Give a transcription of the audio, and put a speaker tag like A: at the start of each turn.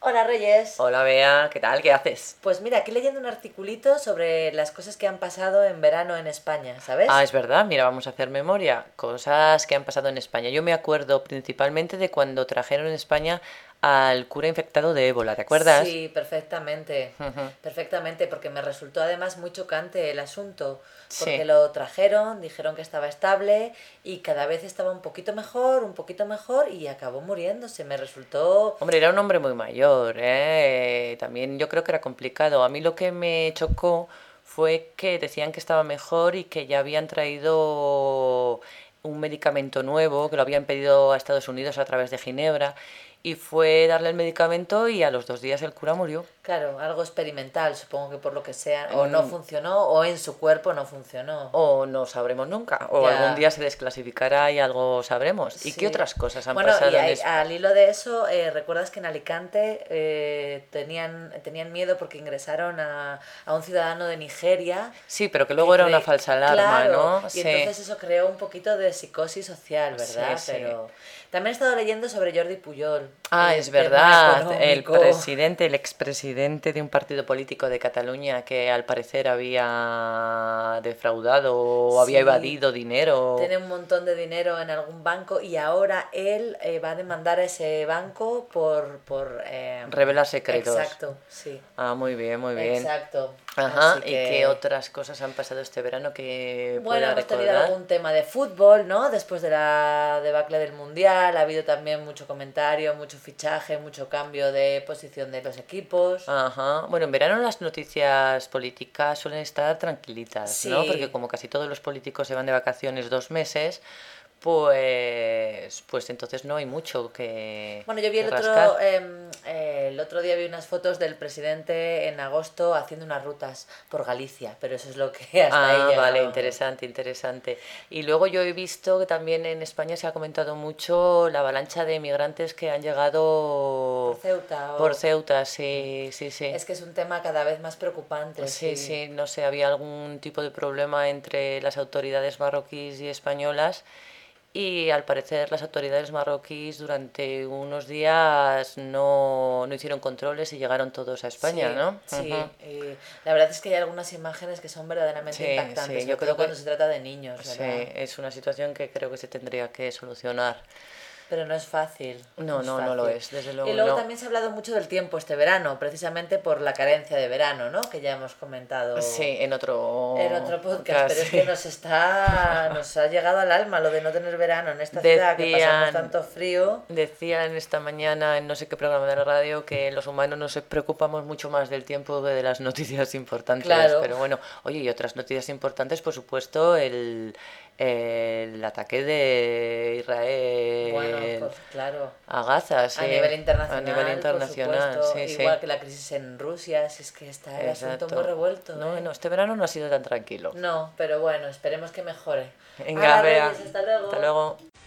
A: Hola Reyes.
B: Hola Bea, ¿qué tal? ¿Qué haces?
A: Pues mira, aquí leyendo un articulito sobre las cosas que han pasado en verano en España, ¿sabes?
B: Ah, es verdad, mira, vamos a hacer memoria. Cosas que han pasado en España. Yo me acuerdo principalmente de cuando trajeron en España al cura infectado de ébola, ¿te acuerdas?
A: Sí, perfectamente,
B: Ujú.
A: perfectamente, porque me resultó además muy chocante el asunto,
B: Sí.
A: porque lo trajeron, dijeron que estaba estable y cada vez estaba un poquito mejor, un poquito mejor y acabó muriéndose, me resultó...
B: Hombre, era un hombre muy mayor, ¿eh? También yo creo que era complicado. A mí lo que me chocó fue que decían que estaba mejor y que ya habían traído un medicamento nuevo, que lo habían pedido a Estados Unidos a través de Ginebra, y fue darle el medicamento y a los dos días el cura murió.
A: Claro, algo experimental, supongo que por lo que sea, o
B: Mm.
A: no funcionó, o en su cuerpo no funcionó.
B: O no sabremos nunca, o
A: Ya.
B: algún día se desclasificará y algo sabremos. ¿Y
A: Sí.
B: qué otras cosas han
A: bueno,
B: pasado
A: y
B: en
A: ahí-
B: España?
A: al hilo de eso, eh, ¿recuerdas que en Alicante eh, tenían, tenían miedo porque ingresaron a, a un ciudadano de Nigeria?
B: Sí, pero que luego era
A: cre-
B: una falsa alarma,
A: Claro,
B: ¿no?
A: Y entonces eso creó un poquito de psicosis social,
B: Sí,
A: ¿verdad?
B: sí.
A: Pero también he estado leyendo sobre Jordi Puyol.
B: Ah,
A: el
B: es
A: tema
B: verdad, el
A: económico.
B: presidente, el expresidente de un partido político de Cataluña que al parecer había defraudado o había
A: Sí.
B: evadido dinero.
A: Tiene un montón de dinero en algún banco y ahora él eh, va a demandar a ese banco por... por eh,
B: Revelar secretos.
A: Exacto, sí.
B: Ah, muy bien, muy bien.
A: Exacto.
B: Ajá,
A: Así
B: ¿y qué otras cosas han pasado este verano que
A: Bueno,
B: pueda
A: hemos tenido
B: recordar?
A: algún tema de fútbol, ¿no? Después de la debacle del Mundial, ha habido también mucho comentario, mucho fichaje, mucho cambio de posición de los equipos.
B: Ah, Ajá. Bueno, en verano las noticias políticas suelen estar tranquilitas, ¿no?
A: Sí.
B: Porque como casi todos los políticos se van de vacaciones dos meses, pues, pues entonces no hay mucho que
A: Bueno, yo vi
B: que
A: el
B: rascar.
A: otro, em, eh, el otro día vi unas fotos del presidente en agosto haciendo unas rutas por Galicia, pero eso es lo que hasta ahí
B: Ah, vale,
A: llegábamos.
B: interesante, interesante. Y luego yo he visto que también en España se ha comentado mucho la avalancha de migrantes que han llegado
A: Por Ceuta. o-
B: por Ceuta, sí, sí, sí.
A: Es que es un tema cada vez más preocupante.
B: Pues Sí, sí, no sé, había algún tipo de problema entre las autoridades marroquíes y españolas y al parecer las autoridades marroquíes durante unos días no, no hicieron controles y llegaron todos a España,
A: Sí,
B: ¿no?
A: Sí,
B: Ujú.
A: y la verdad es que hay algunas imágenes que son verdaderamente
B: Sí,
A: impactantes,
B: sí,
A: yo creo
B: yo creo que-
A: cuando se trata de niños,
B: Sí,
A: ¿verdad?
B: es una situación que creo que se tendría que solucionar.
A: Pero no es fácil.
B: No,
A: es
B: no, no lo
A: fácil.
B: es, desde luego
A: Y luego
B: no.
A: también se ha hablado mucho del tiempo este verano, precisamente por la carencia de verano, ¿no? Que ya hemos comentado
B: Sí, en otro,
A: en otro podcast, pero es
B: sí.
A: que nos está, nos ha llegado al alma lo de no tener verano en esta ciudad que pasamos
B: Decían-
A: tanto frío.
B: Decían esta mañana en no sé qué programa de la radio que los humanos nos preocupamos mucho más del tiempo que de las noticias importantes.
A: Claro.
B: Pero bueno, oye, y otras noticias importantes, por supuesto, el, el ataque de Israel
A: Bueno, pues claro.
B: a Gaza, sí,
A: A nivel internacional.
B: A nivel
A: por
B: internacional,
A: supuesto,
B: sí, sí.
A: Igual que la crisis en Rusia, si es que está el asunto
B: Exacto.
A: muy revuelto.
B: No,
A: ¿eh?
B: no, este verano no ha sido tan tranquilo.
A: No, pero bueno, esperemos que mejore.
B: Venga,
A: Hala,
B: Bea.
A: Reyes, hasta luego.
B: Hasta luego.